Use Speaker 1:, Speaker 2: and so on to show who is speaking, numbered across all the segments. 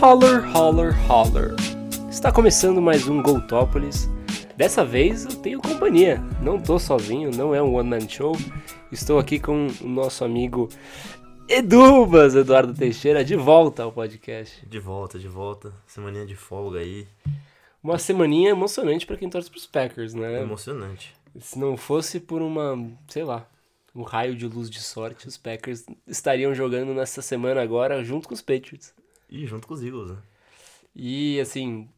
Speaker 1: Holler, holler, holler. Está começando mais um Goltópolis. Dessa vez eu tenho companhia. Não tô sozinho, não é um one man show. Estou aqui com o nosso amigo Edubas, Eduardo Teixeira, de volta ao podcast.
Speaker 2: De volta, de volta. Semaninha de folga aí.
Speaker 1: Uma semaninha emocionante para quem torce pros Packers,
Speaker 2: É.
Speaker 1: né?
Speaker 2: Emocionante.
Speaker 1: Se não fosse por uma, sei lá, um raio de luz de sorte, os Packers estariam jogando nessa semana agora junto com os Patriots.
Speaker 2: E junto com os Eagles, né?
Speaker 1: E assim,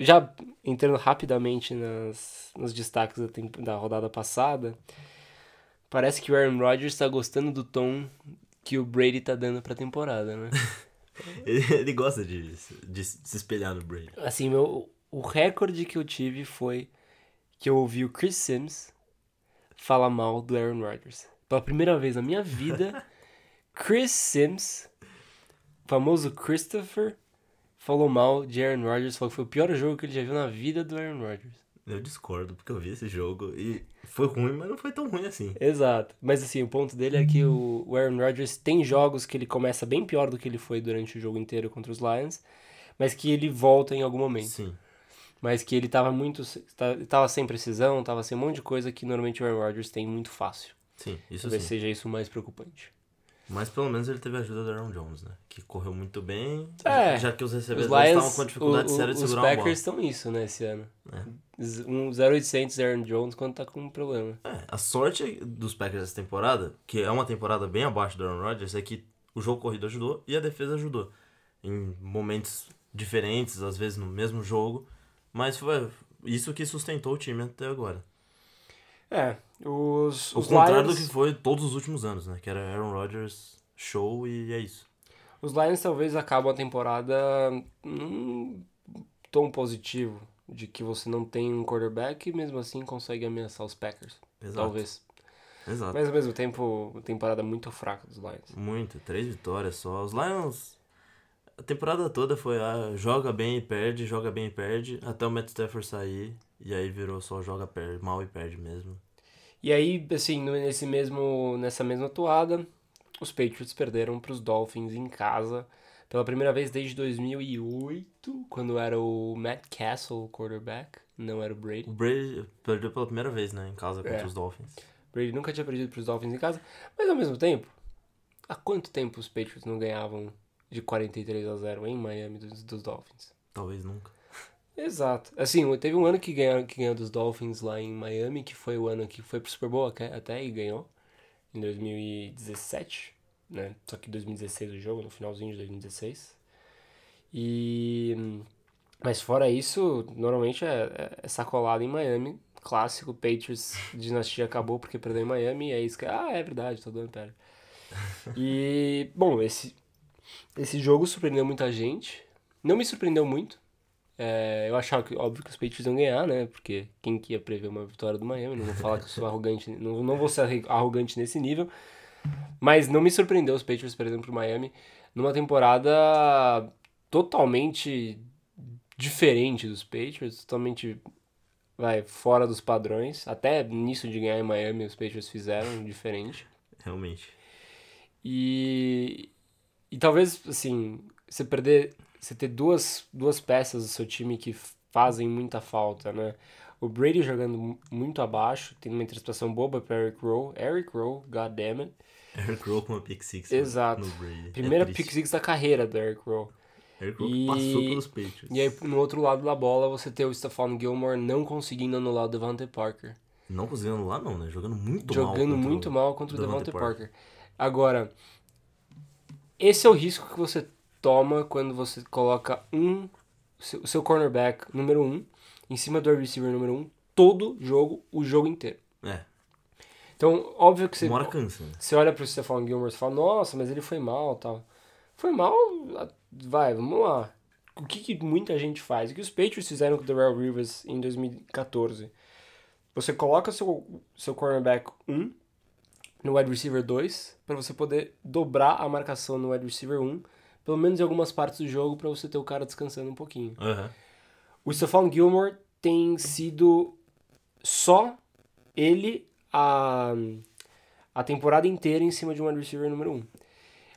Speaker 1: já entrando rapidamente nas, nos destaques da, temp- da rodada passada, parece que o Aaron Rodgers está gostando do tom que o Brady tá dando pra temporada, né?
Speaker 2: Ele, ele gosta de, se- de se espelhar no Brady.
Speaker 1: Assim, meu, o recorde que eu tive foi que eu ouvi o Chris Sims falar mal do Aaron Rodgers. Pela primeira vez na minha vida, Chris Sims, famoso Christopher, falou mal de Aaron Rodgers, falou que foi o pior jogo que ele já viu na vida do Aaron Rodgers.
Speaker 2: Eu discordo, porque eu vi esse jogo e foi ruim, mas não foi tão ruim assim.
Speaker 1: Exato. Mas assim, o ponto dele é que o o Aaron Rodgers tem jogos que ele começa bem pior do que ele foi durante o jogo inteiro contra os Lions, mas que ele volta em algum momento.
Speaker 2: Sim.
Speaker 1: Mas que ele tava muito. se- tá- tava sem precisão, tava sem um monte de coisa que normalmente o Aaron Rodgers tem muito fácil.
Speaker 2: Sim, isso
Speaker 1: Talvez
Speaker 2: sim.
Speaker 1: seja isso o mais preocupante.
Speaker 2: Mas pelo menos ele teve a ajuda do Aaron Jones, né? Que correu muito bem,
Speaker 1: É.
Speaker 2: já que os
Speaker 1: Os
Speaker 2: recebedores estavam
Speaker 1: Lions,
Speaker 2: com dificuldade
Speaker 1: o- o-
Speaker 2: séria de
Speaker 1: os
Speaker 2: segurar a bola.
Speaker 1: Packers estão isso, né, esse ano.
Speaker 2: É.
Speaker 1: Z- Um 0800 Aaron Jones quando tá com um problema.
Speaker 2: É, a sorte dos Packers essa temporada, que é uma temporada bem abaixo do Aaron Rodgers, é que o jogo corrido ajudou e a defesa ajudou. Em momentos diferentes, às vezes no mesmo jogo, mas foi isso que sustentou o time até agora.
Speaker 1: É, os,
Speaker 2: O
Speaker 1: os
Speaker 2: contrário
Speaker 1: Lions...
Speaker 2: do que foi todos os últimos anos, né? Que era Aaron Rodgers show e é isso.
Speaker 1: Os Lions talvez acabam a temporada num tom positivo de que você não tem um quarterback e mesmo assim consegue ameaçar os Packers.
Speaker 2: Exato.
Speaker 1: Talvez.
Speaker 2: Exato.
Speaker 1: Mas ao mesmo tempo, uma temporada muito fraca dos Lions.
Speaker 2: Muito, três vitórias só. Os Lions, a temporada toda foi ah, joga bem e perde, joga bem e perde, até o Matt Stafford sair, e aí virou só joga perde, mal e perde mesmo.
Speaker 1: E aí, assim, no- nesse mesmo, nessa mesma toada, os Patriots perderam para os Dolphins em casa pela primeira vez desde 2008, quando era o Matt Castle o quarterback, não era o Brady.
Speaker 2: O Brady perdeu pela primeira vez, né, em casa contra
Speaker 1: É.
Speaker 2: os Dolphins.
Speaker 1: Brady nunca tinha perdido para os Dolphins em casa, mas ao mesmo tempo, há quanto tempo os Patriots não ganhavam de 43 a 0 em Miami dos, dos Dolphins?
Speaker 2: Talvez nunca.
Speaker 1: Exato. Assim, teve um ano que ganhou, que ganhou dos Dolphins lá em Miami, que foi o ano que foi pro Super Bowl até, até e ganhou, em 2017, né? Só que 2016 o jogo, no finalzinho de 2016. E... Mas fora isso, normalmente é, é- é sacolada em Miami. Clássico, Patriots, dinastia acabou porque perdeu em Miami, e é isso que... Ah, é verdade, todo ano perde. E, bom, esse, esse jogo surpreendeu muita gente. Não me surpreendeu muito. É, eu achava que, óbvio, que os Patriots iam ganhar, né? Porque quem que ia prever uma vitória do Miami? Não vou falar que eu sou arrogante, não, não vou ser arri- arrogante nesse nível. Mas não me surpreendeu os Patriots perdendo pro Miami numa temporada totalmente diferente dos Patriots, totalmente vai, fora dos padrões. Até nisso de ganhar em Miami, os Patriots fizeram diferente.
Speaker 2: Realmente.
Speaker 1: E, e talvez, assim, você perder, você ter duas, duas peças do seu time que f- fazem muita falta, né? O Brady jogando mu- muito abaixo, tem uma interpretação boba para Eric Rowe. Eric Rowe, goddammit.
Speaker 2: Eric Rowe com uma pick six
Speaker 1: Exato.
Speaker 2: no Brady. É
Speaker 1: Primeira
Speaker 2: triste.
Speaker 1: pick six da carreira do Eric Rowe.
Speaker 2: Eric Rowe
Speaker 1: E-
Speaker 2: que passou pelos Patriots.
Speaker 1: E aí, no outro lado da bola, você tem o Stephon Gilmore não conseguindo anular o Devante Parker.
Speaker 2: Não conseguindo lá não, né? Jogando muito mal.
Speaker 1: jogando
Speaker 2: contra o-
Speaker 1: muito mal contra o
Speaker 2: Devontae
Speaker 1: Devontae Parker. Agora, esse é o risco que você toma quando você coloca um seu- o seu cornerback número um em cima do wide receiver número um todo jogo, o jogo inteiro.
Speaker 2: É,
Speaker 1: Então, óbvio que você,
Speaker 2: uma hora cansa, né?
Speaker 1: você olha pro Stephon Gilmore e fala, nossa, mas ele foi mal tal. Foi mal, ah, vai, vamos lá. O que, que muita gente faz? O que os Patriots fizeram com o Darrell Rivers em 2014? Você coloca seu, seu cornerback 1 no wide receiver 2 para você poder dobrar a marcação no wide receiver 1, pelo menos em algumas partes do jogo, para você ter o cara descansando um pouquinho.
Speaker 2: Aham.
Speaker 1: O Stephon Gilmore tem sido só ele a, um. a temporada inteira em cima de um wide receiver número 1.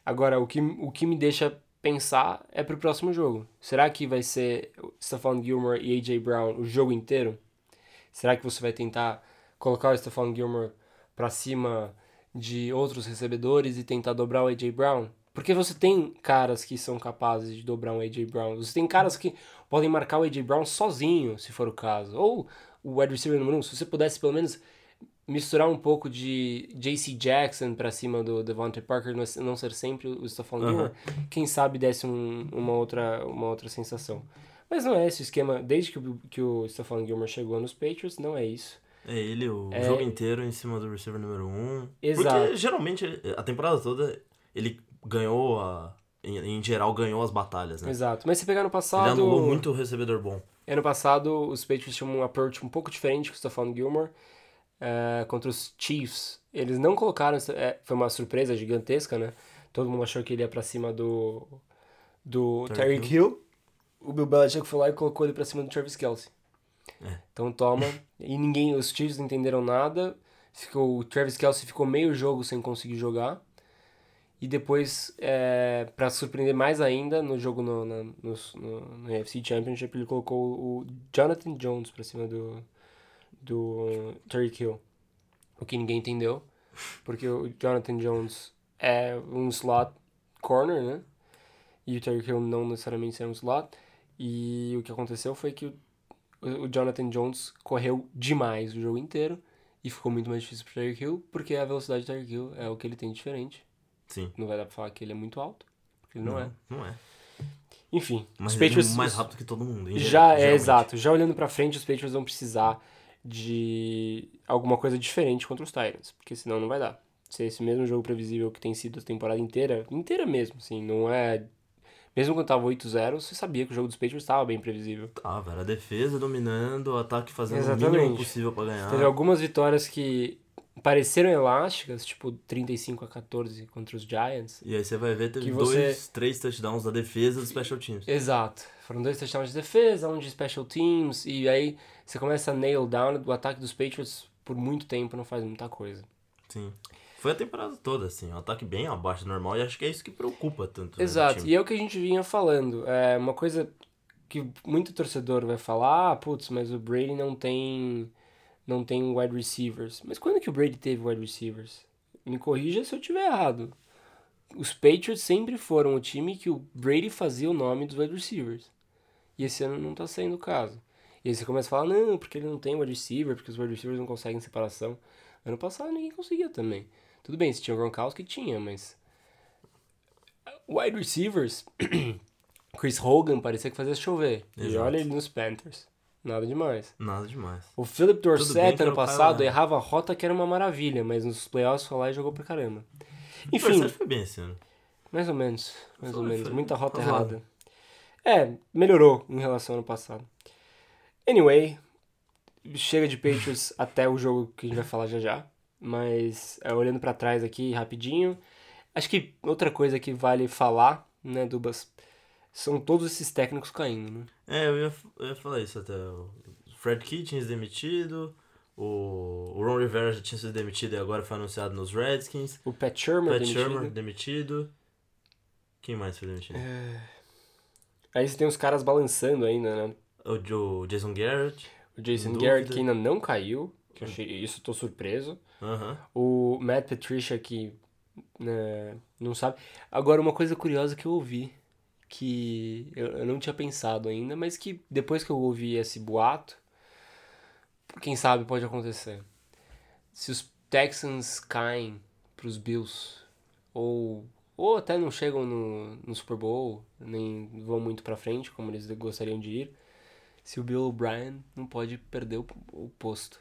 Speaker 1: Agora, o que, o que me deixa pensar é pro próximo jogo. Será que vai ser Stephon Gilmore e AJ Brown o jogo inteiro? Será que você vai tentar colocar o Stephon Gilmore pra cima de outros recebedores e tentar dobrar o AJ Brown? Porque você tem caras que são capazes de dobrar um AJ Brown. Você tem caras que podem marcar o AJ Brown sozinho, se for o caso. Ou o wide receiver número 1, um, se você pudesse pelo menos misturar um pouco de JC Jackson para cima do Devontae Parker, mas não ser sempre o Stephon
Speaker 2: Aham.
Speaker 1: Gilmore, quem sabe desse um- uma, outra, uma outra sensação. Mas não é esse o esquema, desde que, o- que o Stephon Gilmore chegou nos Patriots, não é isso.
Speaker 2: É ele o
Speaker 1: É.
Speaker 2: jogo inteiro em cima do receiver número 1. Um.
Speaker 1: Exato.
Speaker 2: Porque geralmente ele- a temporada toda ele ganhou a. Em, em geral ganhou as batalhas, né?
Speaker 1: Exato. Mas se pegar no
Speaker 2: Ele
Speaker 1: passado.
Speaker 2: anulou muito o recebedor bom.
Speaker 1: Ano passado, os Patriots tinham um approach um pouco diferente com o Stephon Gilmore eh, contra os Chiefs. Eles não colocaram. eh, foi uma surpresa gigantesca, né? Todo mundo achou que ele ia pra cima do. do
Speaker 2: Tyreek
Speaker 1: Tyreek Hill. O Bill Belichick foi lá e colocou ele pra cima do Travis Kelsey.
Speaker 2: É.
Speaker 1: Então toma. e ninguém. Os Chiefs não entenderam nada. Ficou, o Travis Kelsey ficou meio jogo sem conseguir jogar. E depois, é, para surpreender mais ainda, no jogo no, na- no, no, no UFC Championship, ele colocou o Jonathan Jones pra cima do, do Terry Hill. O que ninguém entendeu, porque o Jonathan Jones é um slot corner, né? E o Terry Hill não necessariamente será um slot. E o que aconteceu foi que o, o Jonathan Jones correu demais o jogo inteiro. E ficou muito mais difícil pro Terry Hill, porque a velocidade do Terry Hill é o que ele tem de diferente.
Speaker 2: Sim.
Speaker 1: Não vai dar pra falar que ele é muito alto, porque ele não, é.
Speaker 2: Não é.
Speaker 1: Enfim,
Speaker 2: Mas
Speaker 1: os
Speaker 2: ele
Speaker 1: Patriots.
Speaker 2: é mais rápido que todo mundo. em geral,
Speaker 1: já é
Speaker 2: geralmente.
Speaker 1: exato. Já olhando pra frente, os Patriots vão precisar de alguma coisa diferente contra os Titans, porque senão não vai dar. Se é esse mesmo jogo previsível que tem sido a temporada inteira, inteira mesmo, assim, não é. Mesmo quando tava 8-0, você sabia que o jogo dos Patriots estava bem previsível.
Speaker 2: Ah, velho, a defesa dominando, o ataque fazendo o mínimo
Speaker 1: Exatamente.
Speaker 2: possível pra ganhar.
Speaker 1: Teve algumas vitórias que pareceram elásticas, tipo 35 a 14 contra os Giants.
Speaker 2: E aí você vai ver, teve
Speaker 1: Que você-
Speaker 2: dois, três touchdowns da defesa dos special teams.
Speaker 1: Exato. Foram dois touchdowns de defesa, um de special teams, e aí você começa a nail down o ataque dos Patriots por muito tempo, não faz muita coisa.
Speaker 2: Sim. Foi a temporada toda, assim, um ataque bem abaixo do normal, e acho que é isso que preocupa tanto. né,
Speaker 1: Exato,
Speaker 2: o time.
Speaker 1: e é o que a gente vinha falando. É uma coisa que muito torcedor vai falar, ah, putz, mas o Brady não tem não tem wide receivers. Mas quando que o Brady teve wide receivers? Me corrija se eu tiver errado. Os Patriots sempre foram o time que o Brady fazia o nome dos wide receivers. E esse ano não tá sendo o caso. E aí você começa a falar, não, porque ele não tem wide receiver, porque os wide receivers não conseguem separação. Ano passado ninguém conseguia também. Tudo bem, se tinha o Gronkowski, tinha, mas wide receivers, Chris Hogan parecia que fazia chover. E
Speaker 2: Exato.
Speaker 1: olha ele nos Panthers. Nada demais.
Speaker 2: Nada demais.
Speaker 1: O Philip
Speaker 2: bem
Speaker 1: Dorsett
Speaker 2: que era
Speaker 1: ano
Speaker 2: o cara-
Speaker 1: passado errava a rota que era uma maravilha, mas nos playoffs foi lá e jogou pra caramba.
Speaker 2: O Dorsett
Speaker 1: Enfim,
Speaker 2: foi bem esse ano.
Speaker 1: mais ou menos, mais ou
Speaker 2: Foi-
Speaker 1: menos,
Speaker 2: foi
Speaker 1: muita rota
Speaker 2: razoável.
Speaker 1: errada. É, melhorou em relação ao ano passado. Anyway, chega de Patriots até o jogo que a gente vai falar já já, mas é, olhando pra trás aqui rapidinho, acho que outra coisa que vale falar, né, Dubas, são todos esses técnicos caindo, né?
Speaker 2: É, eu ia, eu ia falar isso até. O Fred Kitchens demitido, o, o Ron Rivera já tinha sido demitido e agora foi anunciado nos Redskins.
Speaker 1: O Pat Shermer
Speaker 2: Pat
Speaker 1: demitido.
Speaker 2: Shermer demitido. Quem mais foi demitido?
Speaker 1: É. Aí você tem os caras balançando ainda, né?
Speaker 2: O, Jo- Jason Garrett.
Speaker 1: O Jason
Speaker 2: Dúvida.
Speaker 1: Garrett que ainda não caiu, que eu achei, isso eu tô surpreso.
Speaker 2: Aham.
Speaker 1: O Matt Patricia que né, não sabe. Agora, uma coisa curiosa que eu ouvi, que eu, eu não tinha pensado ainda, mas que depois que eu ouvi esse boato, quem sabe pode acontecer. Se os Texans caem pros Bills, ou, ou até não chegam no, no Super Bowl, nem vão muito pra frente, como eles gostariam de ir, se o Bill O'Brien não pode perder o, o posto.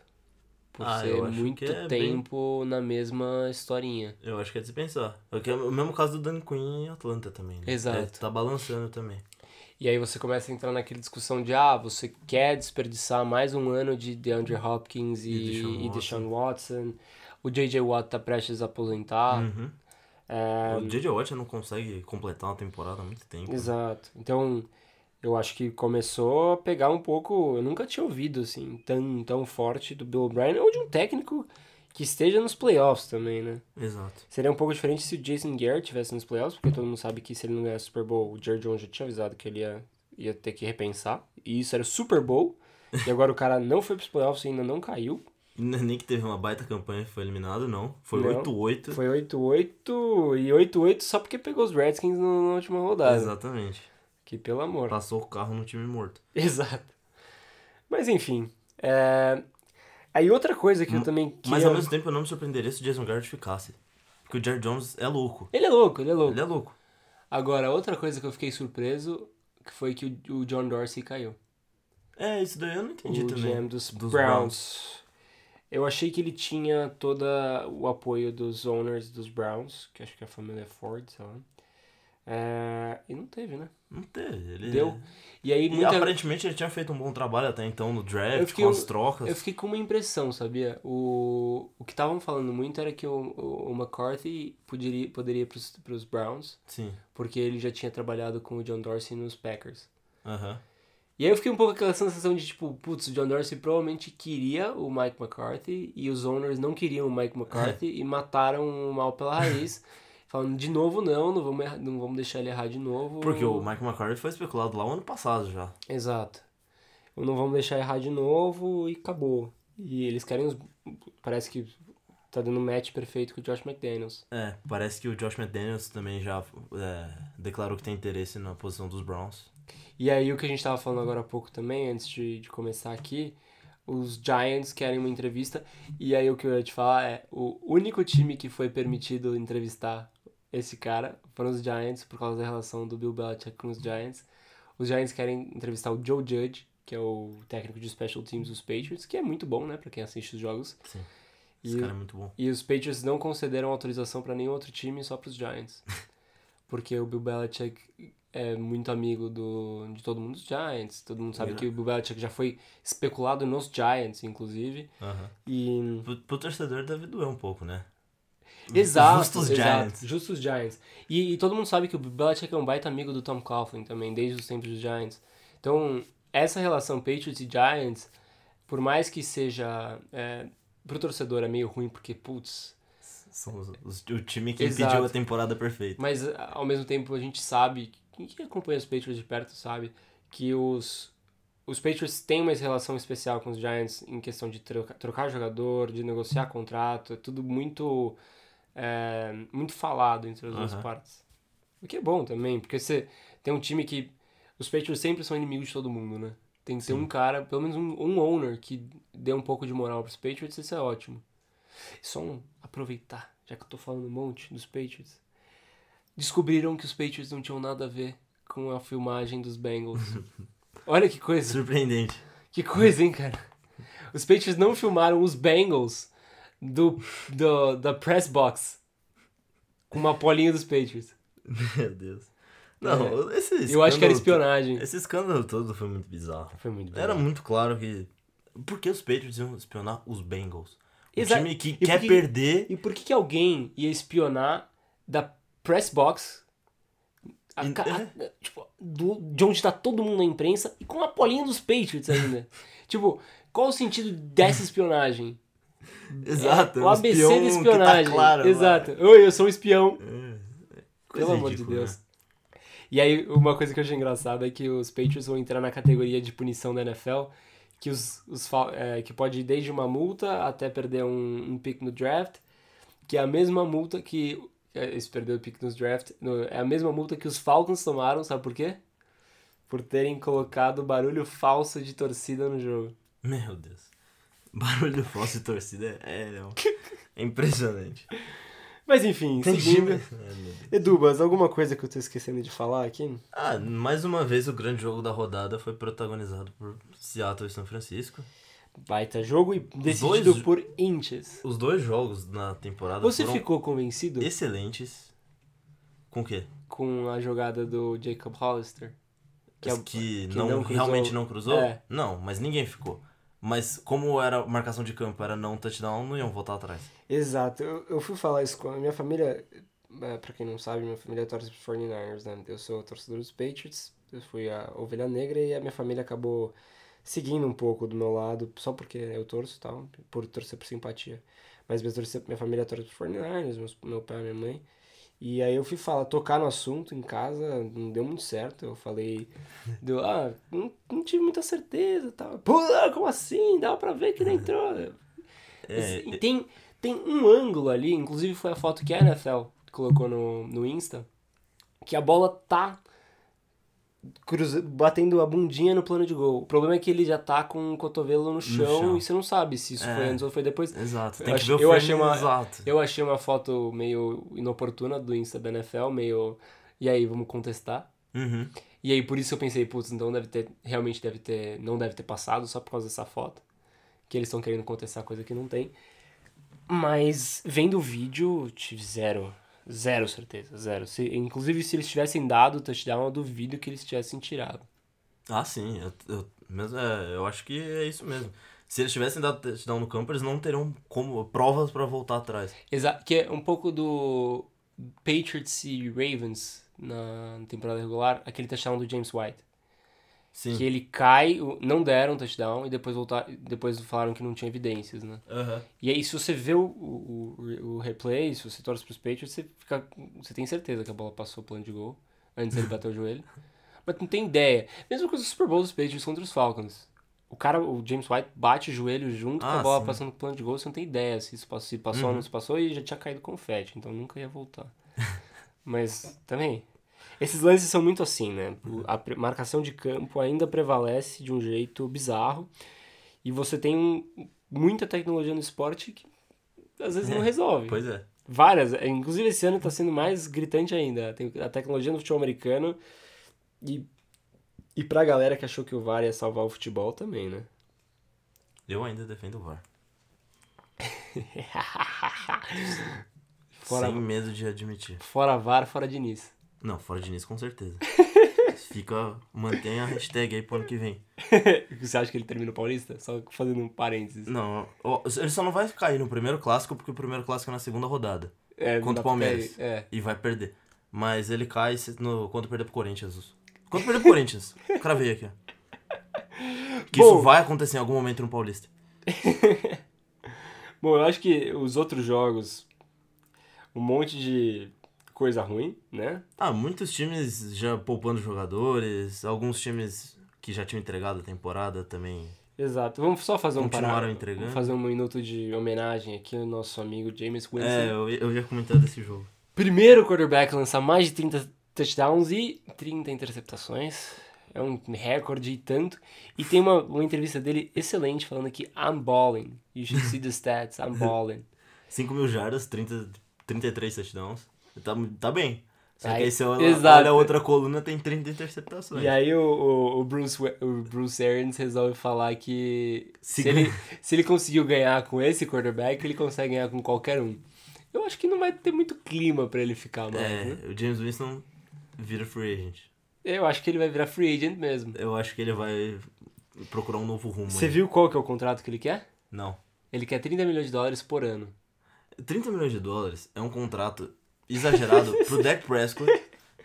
Speaker 1: Por
Speaker 2: Ah,
Speaker 1: ser
Speaker 2: eu acho
Speaker 1: muito
Speaker 2: que é bem-
Speaker 1: tempo na mesma historinha.
Speaker 2: Eu acho que é de se pensar. É que é o mesmo caso do Dan Quinn em Atlanta também. Né?
Speaker 1: Exato.
Speaker 2: É, tá balançando também.
Speaker 1: E aí você começa a entrar naquela discussão de, ah, você quer desperdiçar mais um ano de DeAndre Hopkins e,
Speaker 2: E
Speaker 1: e,
Speaker 2: Deshaun
Speaker 1: Deshaun, Watson. O J.J. Watt tá prestes a aposentar.
Speaker 2: Uhum.
Speaker 1: É,
Speaker 2: O J.J. Watt já não consegue completar uma temporada há muito tempo.
Speaker 1: Exato. Então, eu acho que começou a pegar um pouco... Eu nunca tinha ouvido, assim, tão, tão forte do Bill O'Brien ou de um técnico que esteja nos playoffs também, né?
Speaker 2: Exato.
Speaker 1: Seria um pouco diferente se o Jason Garrett estivesse nos playoffs, porque todo mundo sabe que se ele não ganhar Super Bowl, o Jerry Jones já tinha avisado que ele ia, ia ter que repensar. E isso era Super Bowl. E agora o cara não foi pros playoffs e ainda não caiu.
Speaker 2: N- Nem que teve uma baita campanha, foi eliminado, não. Foi
Speaker 1: Não.
Speaker 2: 8-8.
Speaker 1: Foi 8-8 e 8-8 só porque pegou os Redskins no- na última rodada.
Speaker 2: Exatamente.
Speaker 1: Que pelo amor.
Speaker 2: Passou o carro no time morto.
Speaker 1: Exato. Mas enfim. é, Aí outra coisa
Speaker 2: Hum,
Speaker 1: que eu também queria...
Speaker 2: Mas ao mesmo tempo eu não me surpreenderia se o Jason Garrett ficasse. Porque o Jared Jones é louco.
Speaker 1: Ele é louco, ele é louco.
Speaker 2: Ele é louco.
Speaker 1: Agora, outra coisa que eu fiquei surpreso que foi que o- o John Dorsey caiu.
Speaker 2: É, isso daí eu não entendi
Speaker 1: o
Speaker 2: também.
Speaker 1: GM dos,
Speaker 2: Dos
Speaker 1: Browns.
Speaker 2: Browns.
Speaker 1: Eu achei que ele tinha todo o apoio dos owners dos Browns, que acho que é a família Ford, sei lá. É, e não teve, né?
Speaker 2: Não teve. Ele... é-
Speaker 1: Deu. E aí
Speaker 2: E
Speaker 1: muita...
Speaker 2: aparentemente ele tinha feito um bom trabalho até então no
Speaker 1: Eu
Speaker 2: draft,
Speaker 1: fiquei-
Speaker 2: com as trocas.
Speaker 1: Eu fiquei com uma impressão, sabia? O, o que estavam falando muito era que o, o, o McCarthy poderia, poderia ir pros, pros Browns,
Speaker 2: Sim.
Speaker 1: porque ele já tinha trabalhado com o John Dorsey nos Packers.
Speaker 2: Aham.
Speaker 1: E aí eu fiquei um pouco com aquela sensação de tipo, putz, o John Dorsey provavelmente queria o Mike McCarthy e os owners não queriam o Mike McCarthy
Speaker 2: É.
Speaker 1: e mataram o mal pela raiz. falando de novo não, não vamos, errar- não vamos deixar ele errar de novo.
Speaker 2: Porque o Mike McCarthy foi especulado lá o ano passado já.
Speaker 1: Exato. Ou não vamos deixar errar de novo e acabou. E eles querem os parece que tá dando um match perfeito com o Josh McDaniels.
Speaker 2: É, parece que o Josh McDaniels também já é, declarou que tem interesse na posição dos Browns.
Speaker 1: E aí, o que a gente tava falando agora há pouco também, antes de, de começar aqui, os Giants querem uma entrevista. E aí, o que eu ia te falar é: o único time que foi permitido entrevistar esse cara foram os Giants, por causa da relação do Bill Belichick com os Giants. Os Giants querem entrevistar o Joe Judge, que é o técnico de special teams dos Patriots, que é muito bom, né, pra quem assiste os jogos.
Speaker 2: Sim. Esse
Speaker 1: E,
Speaker 2: cara é muito bom.
Speaker 1: e os Patriots não concederam autorização pra nenhum outro time, só pros Giants. Porque o Bill Belichick é muito amigo do, de todo mundo dos Giants. Todo mundo sabe
Speaker 2: Gra-
Speaker 1: que o Bill Belichick já foi especulado nos Giants, inclusive.
Speaker 2: Aham.
Speaker 1: E...
Speaker 2: Pro, pro torcedor deve doer um pouco, né?
Speaker 1: Exato,
Speaker 2: Justos
Speaker 1: exato,
Speaker 2: Giants.
Speaker 1: Justos Giants. E, e todo mundo sabe que o Bill Belichick é um baita amigo do Tom Coughlin também, desde os tempos dos Giants. Então, essa relação Patriots e Giants, por mais que seja... É, pro torcedor é meio ruim, porque, putz...
Speaker 2: São os- os- o time que
Speaker 1: Exato.
Speaker 2: impediu a temporada perfeita.
Speaker 1: Mas a- ao mesmo tempo a gente sabe, quem que acompanha os Patriots de perto sabe, que os, os Patriots têm uma relação especial com os Giants em questão de troca, trocar jogador, de negociar contrato, é tudo muito, é, muito falado entre as duas
Speaker 2: Aham.
Speaker 1: partes. O que é bom também, porque você tem um time que. Os Patriots sempre são inimigos de todo mundo, né? Tem que ter um cara, pelo menos um, um owner, que dê um pouco de moral pros Patriots, isso é ótimo. Só um, aproveitar, já que eu tô falando um monte dos Patriots descobriram que os Patriots não tinham nada a ver com a filmagem dos Bengals. Olha que coisa,
Speaker 2: Surpreendente.
Speaker 1: que coisa, hein, cara? Os Patriots não filmaram os Bengals do, do- da press box com uma polinha dos Patriots.
Speaker 2: Meu Deus. Não, esse
Speaker 1: É. Eu acho que era
Speaker 2: escândalo-
Speaker 1: espionagem. É.
Speaker 2: Esse escândalo todo foi muito bizarro.
Speaker 1: Foi muito bom.
Speaker 2: Era muito claro que. Por que os Patriots iam espionar os Bengals? O
Speaker 1: Exa-
Speaker 2: time que
Speaker 1: E
Speaker 2: quer
Speaker 1: porque-
Speaker 2: perder.
Speaker 1: E por que, que alguém ia espionar da press box? a
Speaker 2: E- é.
Speaker 1: ca- a- tipo, do- de onde tá todo mundo na imprensa e com a polinha dos Patriots ainda. tipo, qual o sentido dessa espionagem?
Speaker 2: Exato.
Speaker 1: É,
Speaker 2: é
Speaker 1: o
Speaker 2: um
Speaker 1: ABC
Speaker 2: espião
Speaker 1: da
Speaker 2: que
Speaker 1: espionagem.
Speaker 2: Tá claro, lá.
Speaker 1: Exato. Oi, eu sou um espião.
Speaker 2: Coisa
Speaker 1: Pelo amor de
Speaker 2: ridícula,
Speaker 1: Deus.
Speaker 2: né?
Speaker 1: E aí, uma coisa que eu achei engraçada é que os Patriots vão entrar na categoria de punição da NFL, que, os, os, fal- é, que pode ir desde uma multa até perder um, um pick no draft, que é a mesma multa que. é, Se perdeu o pick nos draft, no- é a mesma multa que os Falcons tomaram, sabe por quê? Por terem colocado barulho falso de torcida no jogo.
Speaker 2: né? Meu Deus. Barulho falso e torcida é, é, um- é impressionante.
Speaker 1: Mas enfim,
Speaker 2: Tem time.
Speaker 1: seguindo.
Speaker 2: Ai, meu Deus.
Speaker 1: Edubas, alguma coisa que eu tô esquecendo de falar aqui?
Speaker 2: Ah, mais uma vez o grande jogo da rodada foi protagonizado por Seattle e São Francisco.
Speaker 1: Baita jogo e decidido
Speaker 2: Dois-
Speaker 1: por inches.
Speaker 2: Os dois jogos na temporada
Speaker 1: Você
Speaker 2: foram
Speaker 1: ficou convencido
Speaker 2: excelentes. Com o quê?
Speaker 1: com a jogada do Jacob Hollister?
Speaker 2: que,
Speaker 1: é o- que
Speaker 2: não,
Speaker 1: não cruzou.
Speaker 2: realmente não cruzou?
Speaker 1: É.
Speaker 2: Não, mas ninguém ficou. Mas como era marcação de campo, era não touchdown, não iam voltar atrás.
Speaker 1: Exato, eu, eu fui falar isso com a minha família. eh, Pra quem não sabe, minha família torce pros 49ers, né? Eu sou torcedor dos Patriots, eu fui a ovelha negra e a minha família acabou seguindo um pouco do meu lado, só porque eu torço e tal, por torcer por simpatia. Mas minha, torcida, minha família torce pro 49ers, meus, meu pai e minha mãe. E aí eu fui falar, tocar no assunto em casa, não deu muito certo. Eu falei, deu, ah, não, não tive muita certeza e tal. Pô, como assim? Dá pra ver que não entrou.
Speaker 2: É,
Speaker 1: E tem, tem um ângulo ali, inclusive foi a foto que a NFL colocou no, no Insta, que a bola tá cruza, batendo a bundinha no plano de gol. O problema é que ele já tá com o cotovelo no chão,
Speaker 2: chão.
Speaker 1: e você não sabe se isso foi
Speaker 2: É.
Speaker 1: antes ou foi depois.
Speaker 2: Exato,
Speaker 1: Eu
Speaker 2: tem que
Speaker 1: ach-
Speaker 2: ver o
Speaker 1: eu
Speaker 2: frame
Speaker 1: achei uma-
Speaker 2: exato.
Speaker 1: Eu achei uma foto meio inoportuna do Insta da NFL, meio. E aí, vamos contestar?
Speaker 2: Uhum.
Speaker 1: E aí, por isso eu pensei, putz, então deve ter. Realmente deve ter. Não deve ter passado só por causa dessa foto. Que eles estão querendo contestar coisa que não tem. Mas vendo o vídeo, tive zero. Zero certeza, zero. Se, inclusive, se eles tivessem dado o touchdown, eu duvido que eles tivessem tirado.
Speaker 2: Ah, sim, eu, eu, mesmo, é, eu acho que é isso mesmo. Se eles tivessem dado touchdown no campo, eles não teriam como provas pra voltar atrás.
Speaker 1: Exa que é um pouco do Patriots e Ravens na temporada regular, aquele touchdown do James White.
Speaker 2: Sim.
Speaker 1: Que ele cai, o- não deram touchdown e depois, voltar, depois falaram que não tinha evidências, né?
Speaker 2: Aham.
Speaker 1: E aí, se você vê o, o, o- o replay, se você torce pros Patriots, você, fica, você tem certeza que a bola passou o plano de gol antes ele bater o joelho. Mas não tem ideia. Mesma coisa do Super Bowl dos Patriots contra os Falcons. O cara, o James White, bate o joelho junto com
Speaker 2: Ah,
Speaker 1: a bola
Speaker 2: sim. Uhum.
Speaker 1: passando o plano de gol, você não tem ideia se isso passou, se passou ou não se passou e já tinha caído confete, então nunca ia voltar. Mas também. Esses lances são muito assim, né?
Speaker 2: Uhum.
Speaker 1: O- A pre- marcação de campo ainda prevalece de um jeito bizarro. E você tem um- muita tecnologia no esporte que às vezes não resolve.
Speaker 2: Pois é.
Speaker 1: Várias. Inclusive esse ano tá sendo mais gritante ainda. Tem a tecnologia no futebol americano. E, e pra galera que achou que o VAR ia salvar o futebol também, né?
Speaker 2: Eu ainda defendo o VAR.
Speaker 1: Fora-
Speaker 2: Sem medo de admitir.
Speaker 1: Fora VAR, fora Diniz.
Speaker 2: Não, fora de Diniz, com certeza. Fica, mantém a hashtag aí pro ano que vem.
Speaker 1: Você acha que ele termina o Paulista? Só fazendo um parênteses.
Speaker 2: Não, ó, ele só não vai cair no primeiro clássico, porque o primeiro clássico é na segunda rodada.
Speaker 1: É, não
Speaker 2: Contra
Speaker 1: dá
Speaker 2: o
Speaker 1: pra
Speaker 2: Palmeiras.
Speaker 1: cair, É.
Speaker 2: E vai perder. Mas ele cai se- no, quando perder pro Corinthians. Quando perder pro Corinthians. Cravei aqui, ó. Que
Speaker 1: Bom.
Speaker 2: isso vai acontecer em algum momento no Paulista.
Speaker 1: Bom, eu acho que os outros jogos, um monte de coisa ruim, né?
Speaker 2: Ah, muitos times já poupando jogadores, alguns times que já tinham entregado a temporada também.
Speaker 1: Exato. Vamos só fazer um
Speaker 2: Continuaram
Speaker 1: parar.
Speaker 2: entregando.
Speaker 1: Vamos fazer um minuto de homenagem aqui ao nosso amigo James Winston.
Speaker 2: É, eu, eu ia comentar desse jogo.
Speaker 1: Primeiro quarterback a lançar mais de 30 touchdowns e 30 interceptações. É um recorde e tanto. E tem uma, uma entrevista dele excelente falando que I'm balling. You should see the stats, I'm balling.
Speaker 2: 5 mil jardas, 30, 33 touchdowns. Tá, tá bem. Só que
Speaker 1: Aí,
Speaker 2: aí você olha,
Speaker 1: exato.
Speaker 2: olha a outra coluna, tem 30 interceptações.
Speaker 1: E aí o, o, o Bruce, We- o Bruce Arians resolve falar que se,
Speaker 2: Se
Speaker 1: ele, se ele conseguiu ganhar com esse quarterback, ele consegue ganhar com qualquer um. Eu acho que não vai ter muito clima pra ele ficar mais, né?
Speaker 2: É, o James Winston vira free agent.
Speaker 1: Eu acho que ele vai virar free agent mesmo.
Speaker 2: Eu acho que ele vai procurar um novo rumo.
Speaker 1: Você
Speaker 2: aí.
Speaker 1: viu qual que é o contrato que ele quer?
Speaker 2: Não.
Speaker 1: Ele quer 30 milhões de dólares por ano.
Speaker 2: 30 milhões de dólares é um contrato exagerado pro Dak Prescott,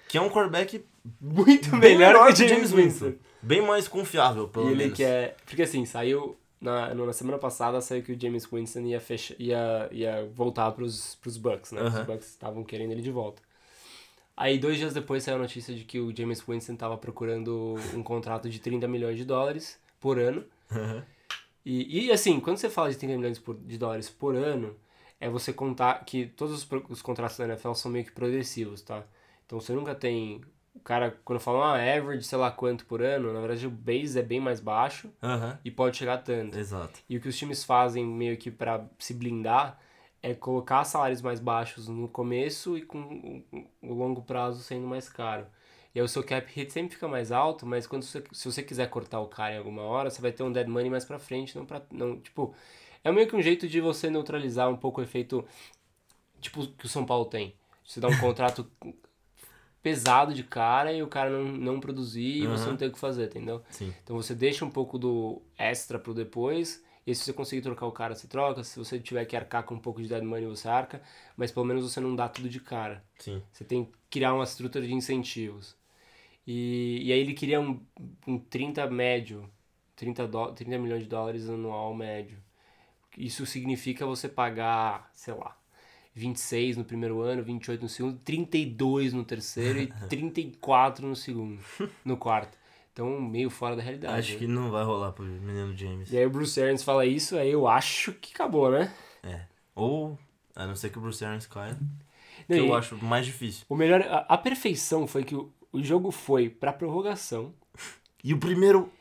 Speaker 2: que é um quarterback
Speaker 1: Muito
Speaker 2: bem
Speaker 1: melhor,
Speaker 2: melhor
Speaker 1: que o James Winston.
Speaker 2: Bem mais confiável, pelo
Speaker 1: E ele
Speaker 2: menos.
Speaker 1: quer. Porque assim, saiu. Na, na semana passada saiu que o James Winston ia, fecha, ia, ia voltar pros, pros Bucks, né? Os
Speaker 2: Aham.
Speaker 1: Bucks estavam querendo ele de volta. Aí, dois dias depois, saiu a notícia de que o James Winston estava procurando um contrato de 30 milhões de dólares por ano.
Speaker 2: Aham.
Speaker 1: E, e assim, quando você fala de 30 milhões por- de dólares por ano, é você contar que todos os, pro- os contratos da NFL são meio que progressivos, tá? Então você nunca tem. O cara, quando fala ah, average, sei lá quanto por ano, na verdade o base é bem mais baixo
Speaker 2: Aham.
Speaker 1: e pode chegar a tanto.
Speaker 2: Exato.
Speaker 1: E o que os times fazem meio que pra se blindar é colocar salários mais baixos no começo e com o- o longo prazo sendo mais caro. E aí o seu cap hit sempre fica mais alto, mas quando você, se você quiser cortar o cara em alguma hora, você vai ter um dead money mais pra frente, não para não, tipo, é meio que um jeito de você neutralizar um pouco o efeito tipo que o São Paulo tem. Você dá um contrato pesado de cara e o cara não, não produzir e você
Speaker 2: Aham.
Speaker 1: não tem o que fazer, entendeu?
Speaker 2: Sim.
Speaker 1: Então você deixa um pouco do extra pro depois. E aí, se você conseguir trocar o cara, você troca. Se você tiver que arcar com um pouco de dead money, você arca. Mas pelo menos você não dá tudo de cara.
Speaker 2: Sim.
Speaker 1: Você tem que criar uma estrutura de incentivos. E, e aí ele queria um, um 30 médio, 30, dó- 30 milhões de dólares anual médio. Isso significa você pagar, sei lá, 26 no primeiro ano, 28 no segundo, 32 no terceiro e 34 no segundo, no quarto. Então, meio fora da realidade.
Speaker 2: Acho
Speaker 1: né?
Speaker 2: que não vai rolar pro menino James.
Speaker 1: E aí o Bruce Arians fala isso, aí eu acho que acabou, né?
Speaker 2: É. Ou, a não ser que o Bruce Arians caia, que
Speaker 1: Não, e
Speaker 2: eu acho mais difícil.
Speaker 1: O melhor, a, a perfeição foi que o, o jogo foi pra prorrogação
Speaker 2: E o primeiro.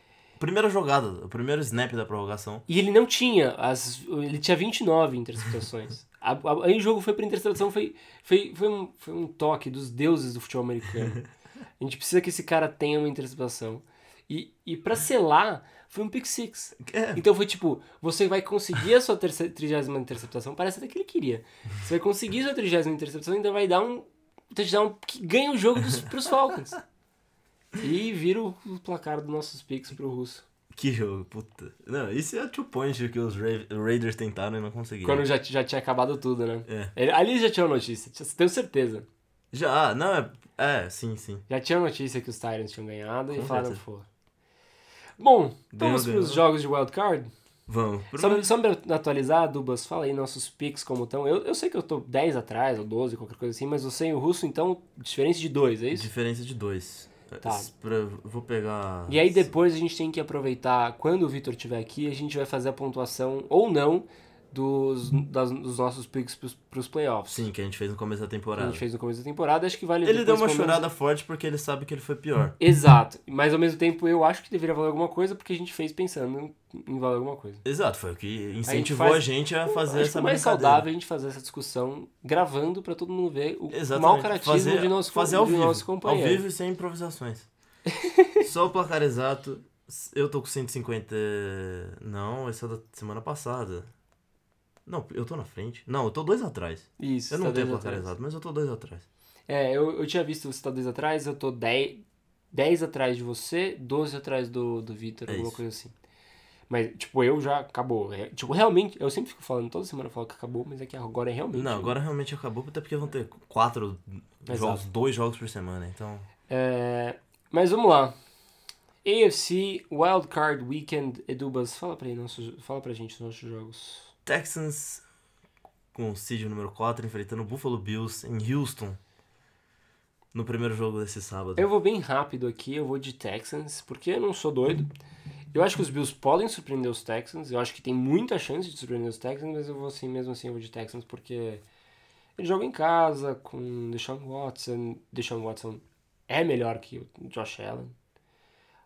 Speaker 2: Primeira jogada, o primeiro snap da prorrogação.
Speaker 1: e ele não tinha as ele tinha 29 interceptações. A- a- Aí o jogo foi pra interceptação, foi, foi, foi, um, foi um toque dos deuses do futebol americano. A gente precisa que esse cara tenha uma interceptação. E, e pra selar, foi um pick six.
Speaker 2: É.
Speaker 1: Então foi tipo, você vai conseguir a sua terce- trigésima interceptação, parece até que ele queria. Você vai conseguir a sua trigésima interceptação e ainda vai dar um touchdown que ganha o jogo dos, pros Falcons. E vira o, o placar dos nossos picks pro Russo.
Speaker 2: Que jogo, puta. Não, isso é two point que os Ra- Raiders tentaram e não conseguiram.
Speaker 1: Quando já, já tinha acabado tudo, né?
Speaker 2: É.
Speaker 1: Ele- Ali já tinha uma notícia, tinha- tenho certeza.
Speaker 2: Já, não, é. É, sim, sim.
Speaker 1: Já tinha notícia que os Tyrants tinham ganhado e
Speaker 2: Com
Speaker 1: falaram,
Speaker 2: certeza. né?
Speaker 1: pô. Bom, vamos
Speaker 2: Ganhou,
Speaker 1: pros
Speaker 2: ganhou.
Speaker 1: jogos de wildcard.
Speaker 2: Vamos.
Speaker 1: Só, só pra atualizar, Dubas, fala aí nossos picks como estão. Eu, eu sei que eu tô 10 atrás, ou 12, qualquer coisa assim, mas você e o Russo, então, diferença de 2, é isso?
Speaker 2: Diferença de dois.
Speaker 1: Tá.
Speaker 2: Es- pra- vou pegar.
Speaker 1: E aí depois a gente tem que aproveitar, quando o Vitor estiver aqui, a gente vai fazer a pontuação, ou não, dos, das- dos nossos picks pros, pros playoffs.
Speaker 2: Sim, que a gente fez no começo da
Speaker 1: Que a
Speaker 2: temporada.
Speaker 1: gente fez no começo da temporada, acho que vale
Speaker 2: Ele deu
Speaker 1: depois,
Speaker 2: uma
Speaker 1: pelo menos-
Speaker 2: chorada forte porque ele sabe que ele foi pior.
Speaker 1: Exato, mas ao mesmo tempo eu acho que deveria valer alguma coisa, porque a gente fez pensando em- em valer alguma coisa.
Speaker 2: Exato, foi o que incentivou
Speaker 1: faz-
Speaker 2: a gente a fazer
Speaker 1: Acho que
Speaker 2: essa
Speaker 1: o mais
Speaker 2: brincadeira.
Speaker 1: saudável é a gente fazer essa discussão gravando pra todo mundo ver o
Speaker 2: Exatamente.
Speaker 1: mau caratismo
Speaker 2: fazer,
Speaker 1: de nosso,
Speaker 2: fazer
Speaker 1: de
Speaker 2: ao vivo,
Speaker 1: nosso companheiro.
Speaker 2: Ao vivo e sem improvisações. Só o placar exato. Eu tô com 150. Não, essa é da semana passada. Não, eu tô na frente. Não, eu tô dois atrás.
Speaker 1: Isso,
Speaker 2: Eu
Speaker 1: tá
Speaker 2: não
Speaker 1: dois
Speaker 2: tenho placar
Speaker 1: atrás.
Speaker 2: exato, mas eu tô dois atrás.
Speaker 1: É, eu, eu tinha visto você tá dois atrás, eu tô 10, 10 atrás de você, 12 atrás do, do Vitor,
Speaker 2: É
Speaker 1: alguma
Speaker 2: isso.
Speaker 1: coisa assim. Mas, tipo, eu já acabou. É, tipo, realmente, eu sempre fico falando, toda semana eu falo que acabou, mas é que agora é realmente.
Speaker 2: Não, agora realmente acabou, até porque vão ter quatro
Speaker 1: Exato.
Speaker 2: jogos, dois jogos por semana, então.
Speaker 1: É, mas vamos lá. AFC Wildcard Weekend Edubas, fala pra, aí nossos, fala pra gente os nossos jogos.
Speaker 2: Texans com o seed número 4 enfrentando o Buffalo Bills em Houston no primeiro jogo desse sábado.
Speaker 1: Eu vou bem rápido aqui, eu vou de Texans, porque eu não sou doido. Eu acho que os Bills podem surpreender os Texans, eu acho que tem muita chance de surpreender os Texans, mas eu vou assim, mesmo assim, eu vou de Texans, porque ele joga em casa com Deshaun Watson. Deshaun Watson é melhor que o Josh Allen.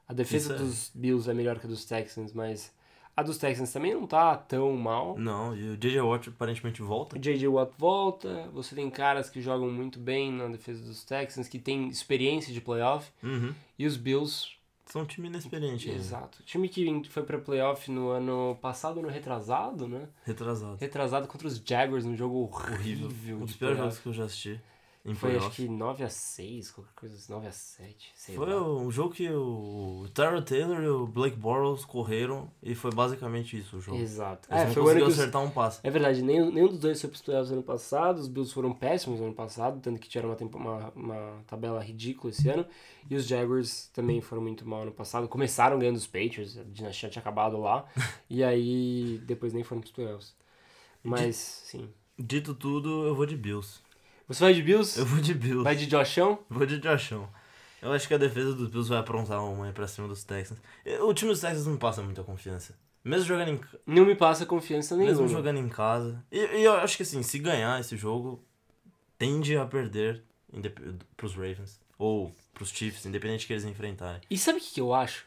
Speaker 1: A defesa
Speaker 2: Isso é.
Speaker 1: dos Bills é melhor que a dos Texans, mas a dos Texans também não tá tão mal.
Speaker 2: Não, e o JJ Watt aparentemente volta.
Speaker 1: O J.J. Watt volta, você tem caras que jogam muito bem na defesa dos Texans, que tem experiência de playoff,
Speaker 2: Uhum.
Speaker 1: e os Bills
Speaker 2: São um time inexperiente ainda.
Speaker 1: Exato. O time que foi pra playoff no ano passado, no retrasado, né?
Speaker 2: Retrasado.
Speaker 1: Retrasado contra os Jaguars, num jogo horrível.
Speaker 2: Horrível.
Speaker 1: horrível
Speaker 2: Um
Speaker 1: de
Speaker 2: dos piores
Speaker 1: playoff.
Speaker 2: jogos que eu já assisti em
Speaker 1: Foi acho
Speaker 2: playoff.
Speaker 1: que 9x6, qualquer coisa assim, 9x7, sei
Speaker 2: Foi
Speaker 1: lá.
Speaker 2: um jogo que o Tyrell Taylor e o Blake Bortles correram e foi basicamente isso o jogo.
Speaker 1: Exato.
Speaker 2: Eles
Speaker 1: É,
Speaker 2: não
Speaker 1: foi o ano
Speaker 2: conseguiram
Speaker 1: que os...
Speaker 2: acertar um passe.
Speaker 1: É verdade, nenhum, nenhum dos dois foi pros playoffs ano passado, os Bills foram péssimos ano passado, tanto que tiveram uma, tempo- uma, uma tabela ridícula esse ano, e os Jaguars também foram muito mal ano passado, começaram ganhando os Patriots, a dinastia tinha acabado lá, e aí depois nem foram pros playoffs. Mas, sim.
Speaker 2: Dito tudo, eu vou de Bills.
Speaker 1: Você vai de Bills?
Speaker 2: Eu vou de Bills.
Speaker 1: Vai de Joshão?
Speaker 2: Vou de Joshão. Eu acho que a defesa dos Bills vai aprontar uma aí pra cima dos Texans. E O time dos Texans não me passa muita confiança. Mesmo jogando em, ca-
Speaker 1: Não me passa confiança nenhuma.
Speaker 2: mesmo jogando em casa. E, e eu acho que assim, se ganhar esse jogo, tende a perder indep- pros Ravens. Ou pros Chiefs, independente que eles enfrentarem.
Speaker 1: E sabe o que, que eu acho?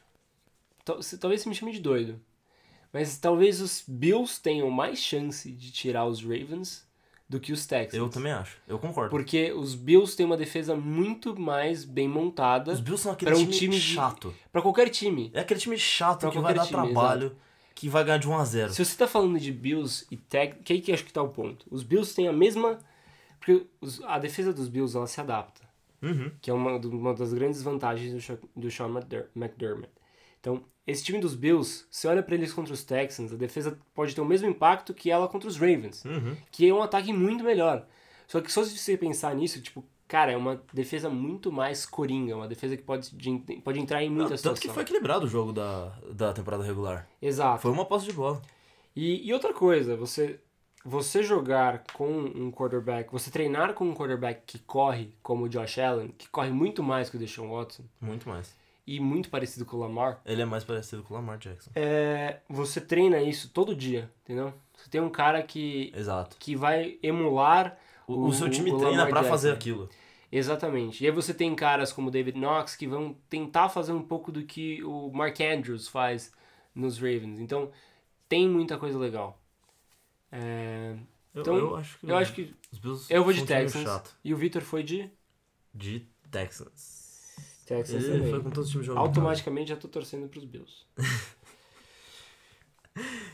Speaker 1: Tal- se- Talvez você me chame de doido. Mas talvez os Bills tenham mais chance de tirar os Ravens do que os Texans.
Speaker 2: Eu também acho. Eu concordo.
Speaker 1: Porque os Bills têm uma defesa muito mais bem
Speaker 2: Os
Speaker 1: montada
Speaker 2: Bills são aquele
Speaker 1: pra um
Speaker 2: time,
Speaker 1: time de-
Speaker 2: chato.
Speaker 1: pra qualquer time.
Speaker 2: É aquele time chato
Speaker 1: Pra
Speaker 2: que vai
Speaker 1: qualquer
Speaker 2: dar
Speaker 1: time,
Speaker 2: trabalho, que vai ganhar de 1 a 0
Speaker 1: Se você tá falando de Bills e Texans, que aí que eu acho que tá o ponto. Os Bills têm a mesma... Porque os- a defesa dos Bills, ela se adapta.
Speaker 2: Uhum.
Speaker 1: que é uma, do- uma das grandes vantagens do, Sha- do Sean McDer- McDermott. Então, esse time dos Bills, você olha pra eles contra os Texans, a defesa pode ter o mesmo impacto que ela contra os Ravens,
Speaker 2: Uhum.
Speaker 1: que é um ataque muito melhor. Só que só se você pensar nisso, tipo, cara, é uma defesa muito mais coringa, uma defesa que pode, de- pode entrar em muita
Speaker 2: Tanto que
Speaker 1: situação.
Speaker 2: foi equilibrado o jogo da, da temporada regular.
Speaker 1: Exato.
Speaker 2: Foi uma posse de bola.
Speaker 1: E, e outra coisa, você, você jogar com um quarterback, você treinar com um quarterback que corre, como o Josh Allen, que corre muito mais que o Deshaun Watson,
Speaker 2: Muito mais.
Speaker 1: e muito parecido com o Lamar,
Speaker 2: Ele é mais parecido com o Lamar Jackson.
Speaker 1: é, você treina isso todo dia, entendeu? Você tem um cara que,
Speaker 2: Exato.
Speaker 1: que vai emular
Speaker 2: O, o seu time
Speaker 1: o
Speaker 2: treina
Speaker 1: Lamar
Speaker 2: pra fazer
Speaker 1: Jackson.
Speaker 2: aquilo.
Speaker 1: Exatamente. E aí você tem caras como David Knox que vão tentar fazer um pouco do que o Mark Andrews faz nos Ravens. Então, tem muita coisa legal. É,
Speaker 2: Eu,
Speaker 1: Então,
Speaker 2: eu acho que.
Speaker 1: eu acho que
Speaker 2: Os Bills
Speaker 1: eu vou de
Speaker 2: são um time
Speaker 1: Texans
Speaker 2: Hum, chato.
Speaker 1: e o Victor foi de
Speaker 2: De Texans.
Speaker 1: Texans
Speaker 2: Ele foi com todos os times jogando.
Speaker 1: Automaticamente já tô torcendo pros Bills.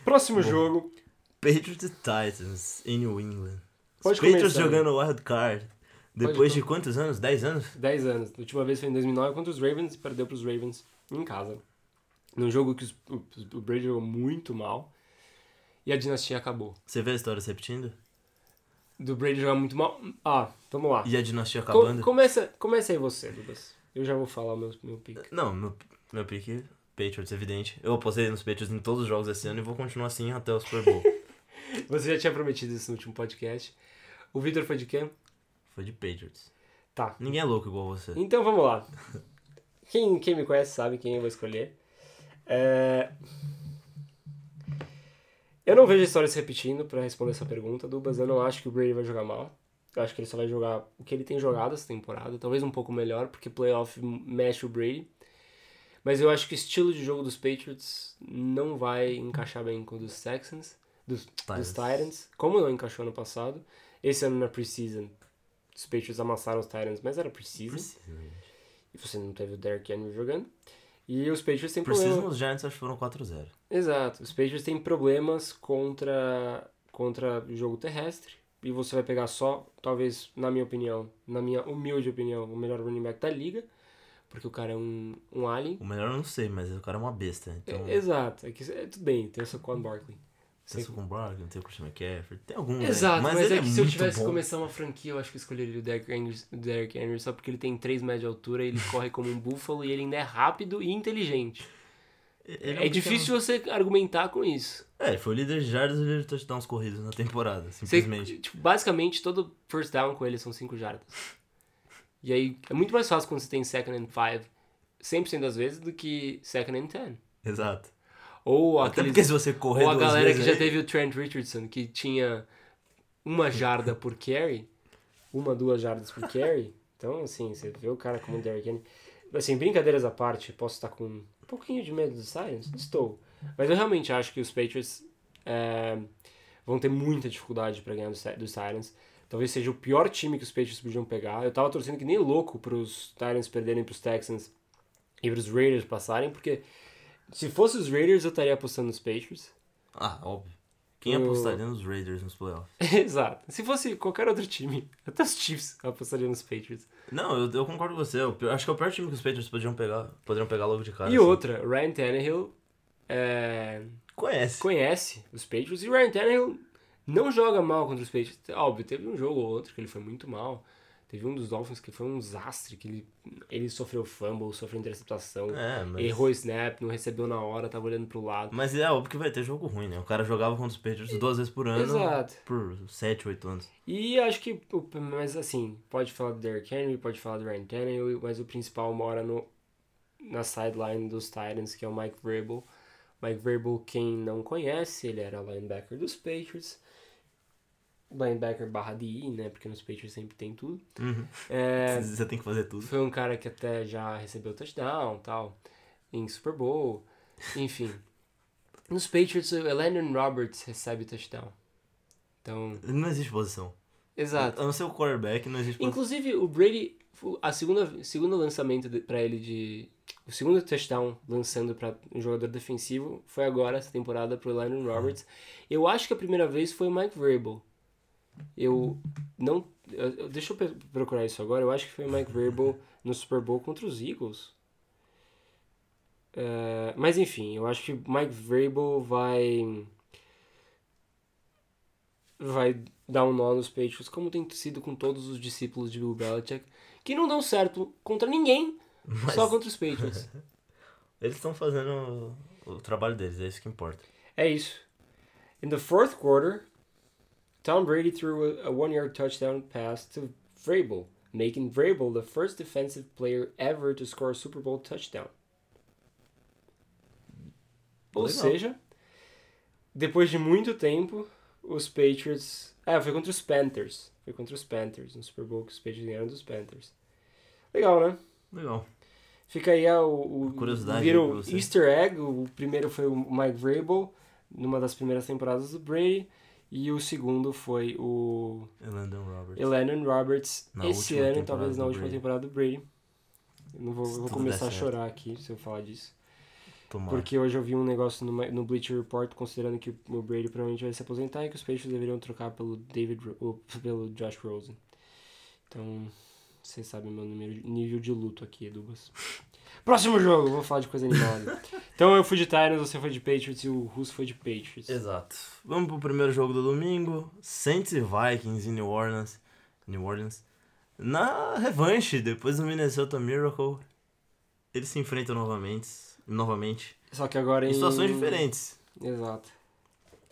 Speaker 1: Próximo jogo.
Speaker 2: Patriots e Titans em New England.
Speaker 1: Pode
Speaker 2: Os Patriots
Speaker 1: começar, né?
Speaker 2: jogando wild card. Depois de quantos anos? 10 anos?
Speaker 1: 10 anos. A última vez foi em 2009 contra os Ravens e perdeu pros Ravens em casa. Num jogo que os, o, o Brady jogou muito mal e a dinastia acabou.
Speaker 2: Você vê a história se repetindo?
Speaker 1: do Brady jogar muito mal. Ah, vamos lá.
Speaker 2: E a dinastia
Speaker 1: Co-
Speaker 2: acabando?
Speaker 1: começa, começa aí você, Lucas. Eu já vou falar o meu, meu pick.
Speaker 2: Não, meu, meu pique Patriots, evidente. Eu apostei nos Patriots em todos os jogos esse ano e vou continuar assim até o Super Bowl.
Speaker 1: Você já tinha prometido isso no último podcast. O Victor foi de quem?
Speaker 2: Foi de Patriots.
Speaker 1: Tá.
Speaker 2: Ninguém é louco igual você.
Speaker 1: Então vamos lá. Quem, quem me conhece sabe quem eu vou escolher. É, Eu não vejo a história se repetindo pra responder essa pergunta, Dubas. Eu não acho que o Brady vai jogar mal. Eu acho que ele só vai jogar o que ele tem jogado essa temporada. Talvez um pouco melhor, porque playoff mexe o Brady. Mas eu acho que o estilo de jogo dos Patriots não vai encaixar bem com o dos Texans, dos, dos
Speaker 2: Titans.
Speaker 1: Titans, como não encaixou ano passado. Esse ano na preseason, os Patriots amassaram os Titans, mas era preseason. é E você não teve o Derrick Henry jogando. E os Patriots têm
Speaker 2: Precisam
Speaker 1: problemas.
Speaker 2: os Giants, acho que foram 4-0.
Speaker 1: Exato. Os Patriots têm problemas contra contra o jogo terrestre. E você vai pegar só, talvez, na minha opinião, na minha humilde opinião, o melhor running back da liga. Porque o cara é um, um alien.
Speaker 2: O melhor eu não sei, mas o cara é uma besta. Então,
Speaker 1: É, exato. É que, é, tudo bem, tem o Saquon Barkley.
Speaker 2: tem o Saquon Barkley, tem o Christian McCaffrey, tem algum. né?
Speaker 1: Exato, mas,
Speaker 2: ele
Speaker 1: é que se eu
Speaker 2: muito
Speaker 1: tivesse que
Speaker 2: bom.
Speaker 1: começar uma franquia, eu acho que eu escolheria o Derrick Henry, o Derrick Henry só porque ele tem 3 metros de altura, ele corre como um búfalo e ele ainda é rápido e inteligente.
Speaker 2: Ele um
Speaker 1: é
Speaker 2: pequeno-
Speaker 1: difícil você argumentar com isso.
Speaker 2: É, ele foi o líder de jardas e o líder de touchdowns corridos na temporada,
Speaker 1: Você-
Speaker 2: simplesmente.
Speaker 1: tipo, basicamente, todo first down com ele são 5 jardas. E aí, é muito mais fácil quando você tem second and 5, 100% das vezes, do que second and 10.
Speaker 2: Exato.
Speaker 1: Ou
Speaker 2: Até
Speaker 1: aqueles,
Speaker 2: porque se você correr
Speaker 1: ou a
Speaker 2: duas
Speaker 1: galera que
Speaker 2: vezes,
Speaker 1: já
Speaker 2: aí-
Speaker 1: teve o Trent Richardson, que tinha uma jarda por carry, uma, duas jardas por carry. Então, assim, você vê o cara como o Derrick Henry. Assim, brincadeiras à parte, posso estar com um pouquinho de medo dos Titans? Estou. Mas eu realmente acho que os Patriots é, vão ter muita dificuldade para ganhar dos, dos Titans. Talvez seja o pior time que os Patriots podiam pegar. Eu tava torcendo que nem louco pros Titans perderem pros Texans e pros Raiders passarem, porque se fosse os Raiders eu estaria apostando nos Patriots.
Speaker 2: Ah, óbvio. Quem
Speaker 1: O-
Speaker 2: apostaria nos Raiders nos playoffs?
Speaker 1: Exato. Se fosse qualquer outro time, até os Chiefs apostariam nos Patriots.
Speaker 2: Não, eu, eu concordo com você. Eu, acho que é o pior time que os Patriots poderiam pegar, poderiam pegar logo de cara.
Speaker 1: e
Speaker 2: assim.
Speaker 1: outra, Ryan Tannehill é,
Speaker 2: Conhece.
Speaker 1: conhece os Patriots e Ryan Tannehill não joga mal contra os Patriots. Óbvio, teve um jogo ou outro que ele foi muito mal. Teve um dos Dolphins que foi um desastre, que ele, ele sofreu fumble, sofreu interceptação,
Speaker 2: É, mas...
Speaker 1: errou snap, não recebeu na hora, tava olhando pro lado.
Speaker 2: Mas é óbvio que vai ter jogo ruim, né? O cara jogava contra os Patriots duas vezes por ano.
Speaker 1: Exato.
Speaker 2: Por 7, 8 anos.
Speaker 1: E acho que, o- mas assim, pode falar do Derrick Henry, pode falar do Ryan Tannehill, mas o principal mora no, na sideline dos Titans, que é o Mike Vrabel. Mike Vrabel, quem não conhece, ele era linebacker dos Patriots. Linebacker barra DI, né? Porque nos Patriots sempre tem tudo. É,
Speaker 2: Você tem que fazer tudo.
Speaker 1: foi um cara que até já recebeu touchdown tal, em Super Bowl, enfim. Nos Patriots, o Landon Roberts recebe touchdown. Então,
Speaker 2: Não existe posição.
Speaker 1: exato.
Speaker 2: A não ser o quarterback, não existe posição.
Speaker 1: Inclusive, o Brady, a segunda segundo lançamento de- pra ele de o segundo touchdown lançando pra um jogador defensivo foi agora essa temporada pro Landon Roberts. Eu acho que a primeira vez foi o Mike Vrabel. Eu não eu- eu- deixa eu pe- procurar isso agora. Eu acho que foi o Mike Vrabel no Super Bowl contra os Eagles. É, mas enfim, eu acho que o Mike Vrabel vai vai dar um nó nos Patriots, como tem sido com todos os discípulos de Bill Belichick, que não dão certo contra ninguém,
Speaker 2: Mas
Speaker 1: só contra os Patriots.
Speaker 2: eles estão fazendo o, o trabalho deles, é isso que importa.
Speaker 1: é isso. In the fourth quarter, Tom Brady threw a, a one yard touchdown pass to Vrabel, making Vrabel the first defensive player ever to score a Super Bowl touchdown. Ou
Speaker 2: Legal.
Speaker 1: seja, depois de muito tempo, os Patriots. Ah, foi contra os Panthers. Foi contra os Panthers, no Super Bowl que os Patriots ganharam dos Panthers. Legal, né?
Speaker 2: Legal.
Speaker 1: Fica aí ah, o, o
Speaker 2: Curiosidade aí
Speaker 1: little
Speaker 2: pra você.
Speaker 1: easter egg. O primeiro foi o Mike Vrabel, numa das primeiras temporadas do Brady. E o segundo foi o
Speaker 2: E Landon Roberts.
Speaker 1: Elandon Roberts.
Speaker 2: Na
Speaker 1: esse
Speaker 2: última
Speaker 1: ano, talvez
Speaker 2: temporada
Speaker 1: na
Speaker 2: do
Speaker 1: última
Speaker 2: Brady.
Speaker 1: temporada do Brady. Eu não vou,
Speaker 2: Se
Speaker 1: eu vou
Speaker 2: tudo
Speaker 1: começar
Speaker 2: der
Speaker 1: a
Speaker 2: certo.
Speaker 1: chorar aqui se eu falar disso.
Speaker 2: Tomara.
Speaker 1: Porque hoje eu vi um negócio no, ma- no Bleacher Report considerando que o Brady provavelmente vai se aposentar e que os Patriots deveriam trocar pelo David Ro- ou pelo Josh Rosen. Então, vocês sabem meu número- nível de luto aqui, Edubas. Próximo jogo, vou falar de coisa animada. então eu fui de Titans, você foi de Patriots e o Russo foi de Patriots.
Speaker 2: Exato. Vamos pro primeiro jogo do domingo. Saints e Vikings em New Orleans. New Orleans. Na revanche, depois do Minnesota Miracle, eles se enfrentam novamente. novamente
Speaker 1: Só que agora
Speaker 2: em
Speaker 1: em
Speaker 2: situações diferentes.
Speaker 1: Exato.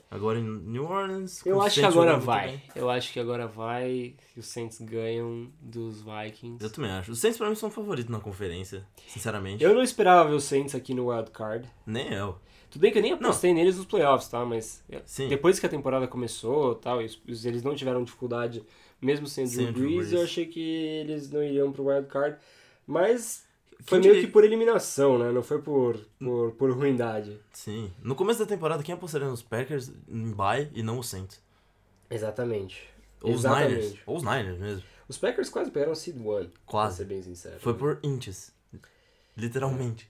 Speaker 2: Agora em New Orleans.
Speaker 1: Eu
Speaker 2: com o
Speaker 1: acho que
Speaker 2: Saints
Speaker 1: agora
Speaker 2: jogando muito
Speaker 1: vai.
Speaker 2: bem.
Speaker 1: Eu acho que agora vai que os Saints ganham dos Vikings.
Speaker 2: Eu também acho. Os Saints pra mim são favoritos na conferência, sinceramente.
Speaker 1: Eu não esperava ver os Saints aqui no Wild Card.
Speaker 2: Nem eu.
Speaker 1: Tudo bem que eu nem apostei neles nos playoffs, tá? Mas é,
Speaker 2: Sim.
Speaker 1: depois que a temporada começou tal, e os- os- eles não tiveram dificuldade, mesmo sem o Drew
Speaker 2: Sem o Drew
Speaker 1: Brees, eu
Speaker 2: Brees.
Speaker 1: achei que eles não iriam pro wild card. Mas
Speaker 2: Quem
Speaker 1: foi meio
Speaker 2: diria- Hum.
Speaker 1: que por eliminação, né? Não foi por, por, por ruindade.
Speaker 2: Sim. No começo da temporada, quem apostaria nos Packers em bye e não os Saints?
Speaker 1: Exatamente.
Speaker 2: Ou os
Speaker 1: Exatamente.
Speaker 2: Niners. Ou os Niners mesmo.
Speaker 1: Os Packers quase pegaram o seed one, pra
Speaker 2: Quase.
Speaker 1: ser bem sincero.
Speaker 2: Foi por inches. Literalmente.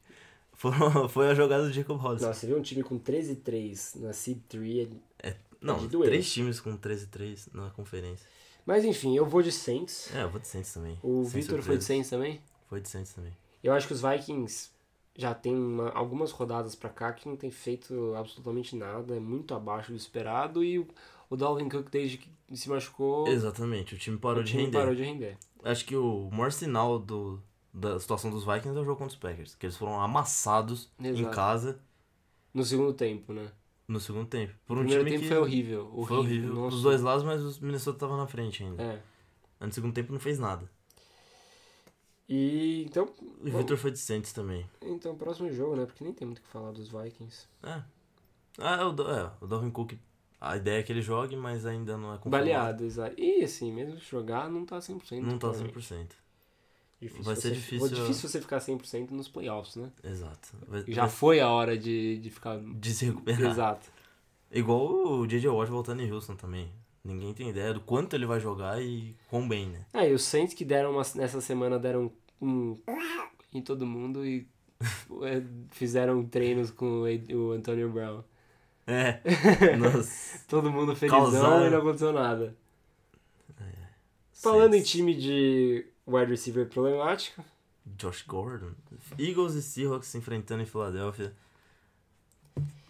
Speaker 2: Foi, foi a jogada do Jacob Hollis.
Speaker 1: Nossa, você vê um time com 13-3 na seed 3, é
Speaker 2: Não,
Speaker 1: de doer.
Speaker 2: três times com 13-3 na conferência.
Speaker 1: Mas enfim, eu vou de Saints.
Speaker 2: É, eu vou de Saints também.
Speaker 1: O
Speaker 2: sem
Speaker 1: Victor foi de
Speaker 2: surpresas.
Speaker 1: Saints também?
Speaker 2: Foi de Saints também.
Speaker 1: Eu acho que os Vikings já tem uma- algumas rodadas pra cá que não tem feito absolutamente nada, é muito abaixo do esperado e o, o Dalvin Cook desde que se machucou,
Speaker 2: Exatamente, o time parou
Speaker 1: o
Speaker 2: de
Speaker 1: time
Speaker 2: render.
Speaker 1: parou de render.
Speaker 2: Acho que o maior sinal do, da situação dos Vikings é o jogo contra os Packers. Que eles foram amassados em
Speaker 1: Exato.
Speaker 2: casa
Speaker 1: No segundo tempo, né?
Speaker 2: no segundo tempo. Por
Speaker 1: O
Speaker 2: um
Speaker 1: primeiro
Speaker 2: time
Speaker 1: tempo
Speaker 2: que
Speaker 1: foi horrível, horrível.
Speaker 2: Foi horrível
Speaker 1: nossa.
Speaker 2: dos dois lados, mas o Minnesota tava na frente ainda.
Speaker 1: É.
Speaker 2: Aí No segundo tempo não fez nada.
Speaker 1: E então,
Speaker 2: E o Victor foi de Saints também.
Speaker 1: então próximo jogo, né? Porque nem tem muito o que falar dos Vikings.
Speaker 2: É. Ah, o, Do- é, o Dalvin Cook, a ideia é que ele jogue, mas ainda não é confirmado.
Speaker 1: Baleado, exato. E assim, mesmo se jogar não tá 100%.
Speaker 2: Não tá
Speaker 1: claramente.
Speaker 2: 100%.
Speaker 1: Difícil
Speaker 2: Vai ser
Speaker 1: você-
Speaker 2: difícil-
Speaker 1: difícil você ficar 100% nos playoffs, né?
Speaker 2: Exato. Vai-
Speaker 1: Já
Speaker 2: vai
Speaker 1: foi a hora de, de ficar...
Speaker 2: de se recuperar.
Speaker 1: Exato.
Speaker 2: Igual o J.J. Watt voltando em Houston também. Ninguém tem ideia do quanto ele vai jogar e quão bem, né?
Speaker 1: É, e os Saints que deram uma, nessa semana deram um em todo mundo e é, fizeram treinos com o Ed- o Antonio Brown.
Speaker 2: É. Nossa.
Speaker 1: Todo mundo felizão
Speaker 2: Causaram.
Speaker 1: e não aconteceu nada. Falando em
Speaker 2: Saints.
Speaker 1: time de wide receiver problemático,
Speaker 2: Josh Gordon. Eagles e Seahawks se enfrentando em Filadélfia.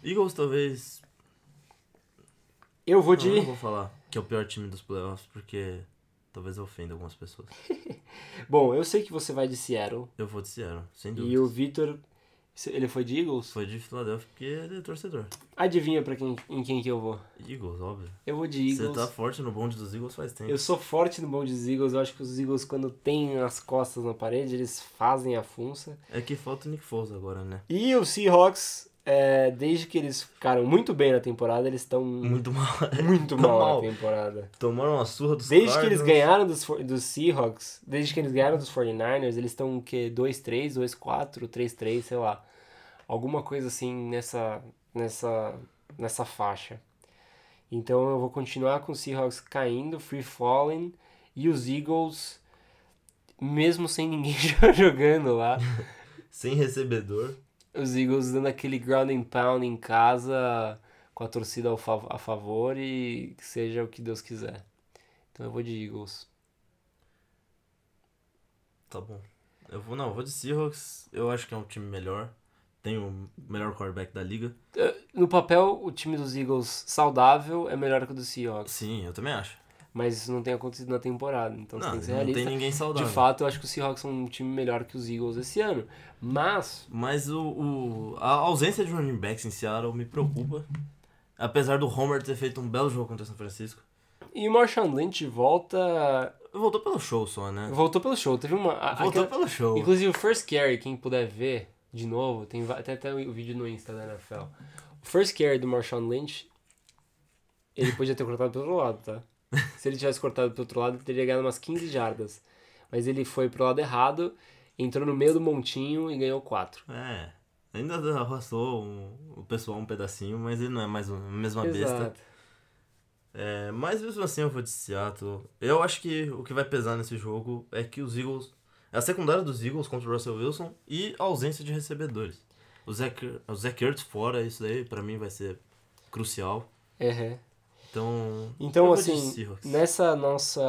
Speaker 2: Eagles talvez.
Speaker 1: eu vou
Speaker 2: Não, eu não
Speaker 1: de.
Speaker 2: vou falar que é o pior time dos playoffs, porque talvez eu ofenda algumas pessoas.
Speaker 1: Bom, eu sei que você vai de Seattle
Speaker 2: Eu vou de Seattle, sem
Speaker 1: e
Speaker 2: dúvida.
Speaker 1: o Victor. Ele foi de Eagles?
Speaker 2: Foi de Filadélfia porque ele é torcedor.
Speaker 1: Adivinha pra quem, em quem que eu vou?
Speaker 2: Eagles, óbvio.
Speaker 1: Eu vou de
Speaker 2: Você
Speaker 1: Eagles.
Speaker 2: tá forte no bonde dos Eagles faz tempo.
Speaker 1: Eu sou forte no bom dos Eagles. Eu acho que os Eagles, quando têm as costas na parede, eles fazem a funça.
Speaker 2: É que falta o Nick Foles agora, né?
Speaker 1: E o Seahawks, é, desde que eles ficaram muito bem na temporada, eles estão muito,
Speaker 2: Muito mal.
Speaker 1: Hum. mal,
Speaker 2: mal.
Speaker 1: na temporada.
Speaker 2: Tomaram uma surra dos
Speaker 1: Desde que eles
Speaker 2: Cardinals.
Speaker 1: ganharam dos, for- dos Seahawks, desde que eles ganharam dos 49ers, eles estão o quê? 2-3, 2-4, 3-3, sei lá. Alguma coisa assim nessa, nessa, nessa faixa. Então eu vou continuar com os Seahawks caindo, free falling, e os Eagles, mesmo sem ninguém jogando lá,
Speaker 2: Sem recebedor.
Speaker 1: os Eagles dando aquele ground and pound em casa com a torcida ao fav- a favor e que seja o que Deus quiser. Então eu vou de Eagles.
Speaker 2: Tá bom. Eu vou, não, eu vou de Seahawks. Eu acho que é um time melhor. Tem o melhor quarterback da liga.
Speaker 1: Eh, No papel, o time dos Eagles saudável é melhor que o do Seahawks,
Speaker 2: Sim, eu também acho.
Speaker 1: mas isso não tem acontecido na temporada, então você
Speaker 2: não,
Speaker 1: tem que ser
Speaker 2: não tem
Speaker 1: realista.
Speaker 2: ninguém saudável.
Speaker 1: De fato, eu acho que o Seahawks é um time melhor que os Eagles esse ano, mas
Speaker 2: Mas o, o- a ausência de running backs em Seattle me preocupa. Apesar do Homer ter feito um belo jogo contra São Francisco.
Speaker 1: E o Marshawn Lynch volta.
Speaker 2: Voltou pelo show só, né?
Speaker 1: Voltou pelo show. Teve uma. a-
Speaker 2: Voltou
Speaker 1: aquela-
Speaker 2: pelo show.
Speaker 1: Inclusive, o First Carry, quem puder ver de novo, tem va- tem até o vídeo no Insta da NFL. O First Carry do Marshawn Lynch, ele podia ter cortado pelo outro lado, tá? Se ele tivesse cortado pelo outro lado, ele teria ganhado umas 15 jardas. Mas ele foi pro lado errado, entrou no meio do montinho e ganhou 4.
Speaker 2: É. Ainda arrastou um- o pessoal um pedacinho, mas ele não é mais o- a mesma besta.
Speaker 1: Exato.
Speaker 2: É, mas mesmo assim eu vou de Seattle. Eu acho que o que vai pesar nesse jogo é que os Eagles. é A secundária dos Eagles contra o Russell Wilson e a ausência de recebedores. O Zach, o Zach Ertz fora, isso daí pra mim vai ser crucial.
Speaker 1: Uhum.
Speaker 2: Então. eu
Speaker 1: Então,
Speaker 2: vou de
Speaker 1: assim,
Speaker 2: Seahawks.
Speaker 1: nessa nossa.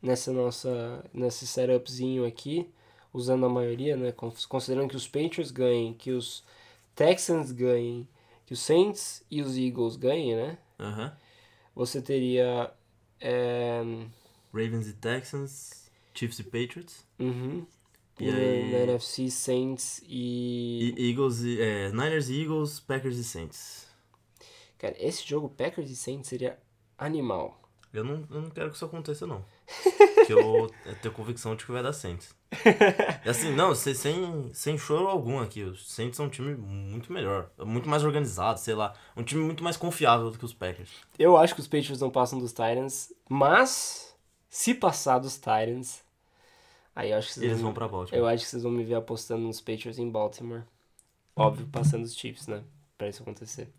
Speaker 1: Nessa nossa. Nesse setupzinho aqui, usando a maioria, né? con- Considerando que os Patriots ganhem, que os Texans ganhem, que os Saints e os Eagles ganhem, né?
Speaker 2: Aham.
Speaker 1: Você teria. É,
Speaker 2: Ravens e Texans, Chiefs e Patriots.
Speaker 1: uhum,
Speaker 2: E
Speaker 1: na-
Speaker 2: aí-
Speaker 1: na NFC, Saints e.
Speaker 2: E Eagles e. É, Niners e Eagles, Packers e Saints.
Speaker 1: Cara, esse jogo Packers e Saints seria animal.
Speaker 2: Eu não, eu não quero que isso aconteça, não. que eu, eu tenho convicção de que vai dar Saints. E assim, não, se- sem, sem choro algum aqui. Os Saints são um time muito melhor. é Muito mais organizado, sei lá. Um time muito mais confiável do que os Packers.
Speaker 1: Eu acho que os Patriots não passam dos Titans, mas se passar dos Titans, aí eu acho que vocês
Speaker 2: Eles
Speaker 1: vão,
Speaker 2: vão pra Baltimore.
Speaker 1: eu acho que vocês vão me ver apostando nos Patriots em Baltimore. Óbvio, passando os Chiefs, né? Pra isso acontecer.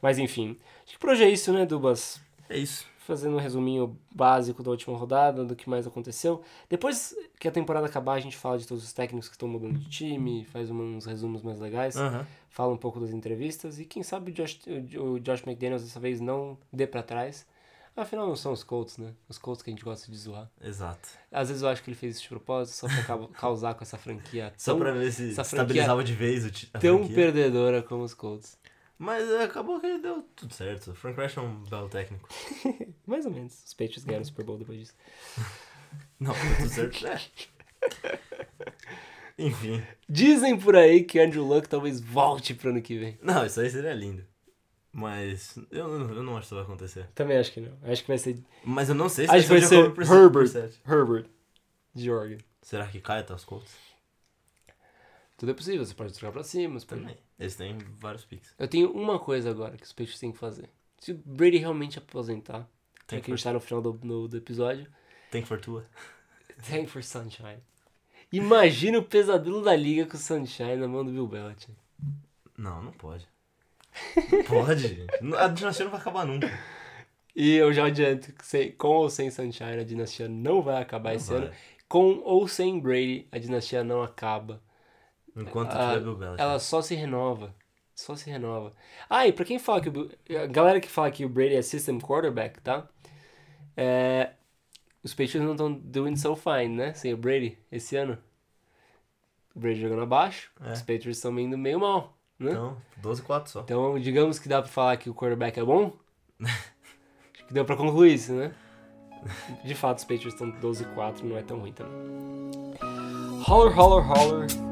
Speaker 1: Mas enfim, acho que por hoje é isso, né, Dubas?
Speaker 2: É isso.
Speaker 1: Fazendo um resuminho básico da última rodada, do que mais aconteceu. Depois que a temporada acabar, a gente fala de todos os técnicos que estão mudando de time, faz um- uns resumos mais legais
Speaker 2: Aham.
Speaker 1: fala um pouco das entrevistas e quem sabe o Josh, o Josh McDaniels dessa vez não dê pra trás. Afinal, não são os Colts, né? Os Colts que a gente gosta de zoar.
Speaker 2: Exato. Só
Speaker 1: Às vezes eu acho que ele fez isso de propósito só pra cau- causar com essa franquia tão,
Speaker 2: pra ver se
Speaker 1: Então, essa franquia um
Speaker 2: estabilizava de vez o ti- a
Speaker 1: tão
Speaker 2: franquia.
Speaker 1: perdedora como os Colts.
Speaker 2: Mas é, acabou que deu tudo certo. O Frank Reich é um belo técnico.
Speaker 1: Mais ou menos. Os Patriots ganharam o Super Bowl depois disso.
Speaker 2: Não, deu tudo certo. É. Enfim.
Speaker 1: Dizem por aí que Andrew Luck talvez volte pro ano que vem.
Speaker 2: Não, isso aí seria lindo. Mas eu, não- eu não acho que isso vai acontecer.
Speaker 1: Também acho que não. Acho que vai ser
Speaker 2: Mas eu não sei se é
Speaker 1: Acho que vai ser
Speaker 2: Jacoby Brissett-
Speaker 1: Herbert.
Speaker 2: Brissett.
Speaker 1: Herbert de Oregon.
Speaker 2: Será que cai até os Colts?
Speaker 1: Tudo é possível. Você pode trocar pra cima. Você pode...
Speaker 2: Também. Eles têm vários picks.
Speaker 1: Eu tenho uma coisa agora que os Patriots têm que fazer. Se o Brady realmente aposentar, Tem
Speaker 2: Tem que,
Speaker 1: que a gente tá no final do, no- do episódio.
Speaker 2: tem que fortua.
Speaker 1: Thank for Sunshine. Imagina o pesadelo da liga com o Sunshine na mão do Bill Belichick.
Speaker 2: Não, não pode. Não pode, gente. Não- A dinastia não vai acabar nunca.
Speaker 1: E eu já adianto que sem- com ou sem Sunshine a dinastia não vai acabar esse
Speaker 2: vai.
Speaker 1: ano. Com ou sem Brady a dinastia não acaba.
Speaker 2: Enquanto
Speaker 1: Ah,
Speaker 2: tiver Bill Belichick.
Speaker 1: Ela só se renova. Só se renova. Ah, e pra quem fala que o Bill- A galera que fala que o Brady é system quarterback, tá? É, os Patriots não estão doing so fine, né? Sem o Brady esse ano. O Brady jogando abaixo,
Speaker 2: É.
Speaker 1: os Patriots estão indo meio mal, né? Então,
Speaker 2: Então, 12 4 só.
Speaker 1: digamos que dá pra falar que o quarterback é bom. Acho que deu pra concluir isso, né? De fato, os Patriots estão 12-4, não é tão ruim também. Holler, holler, holler.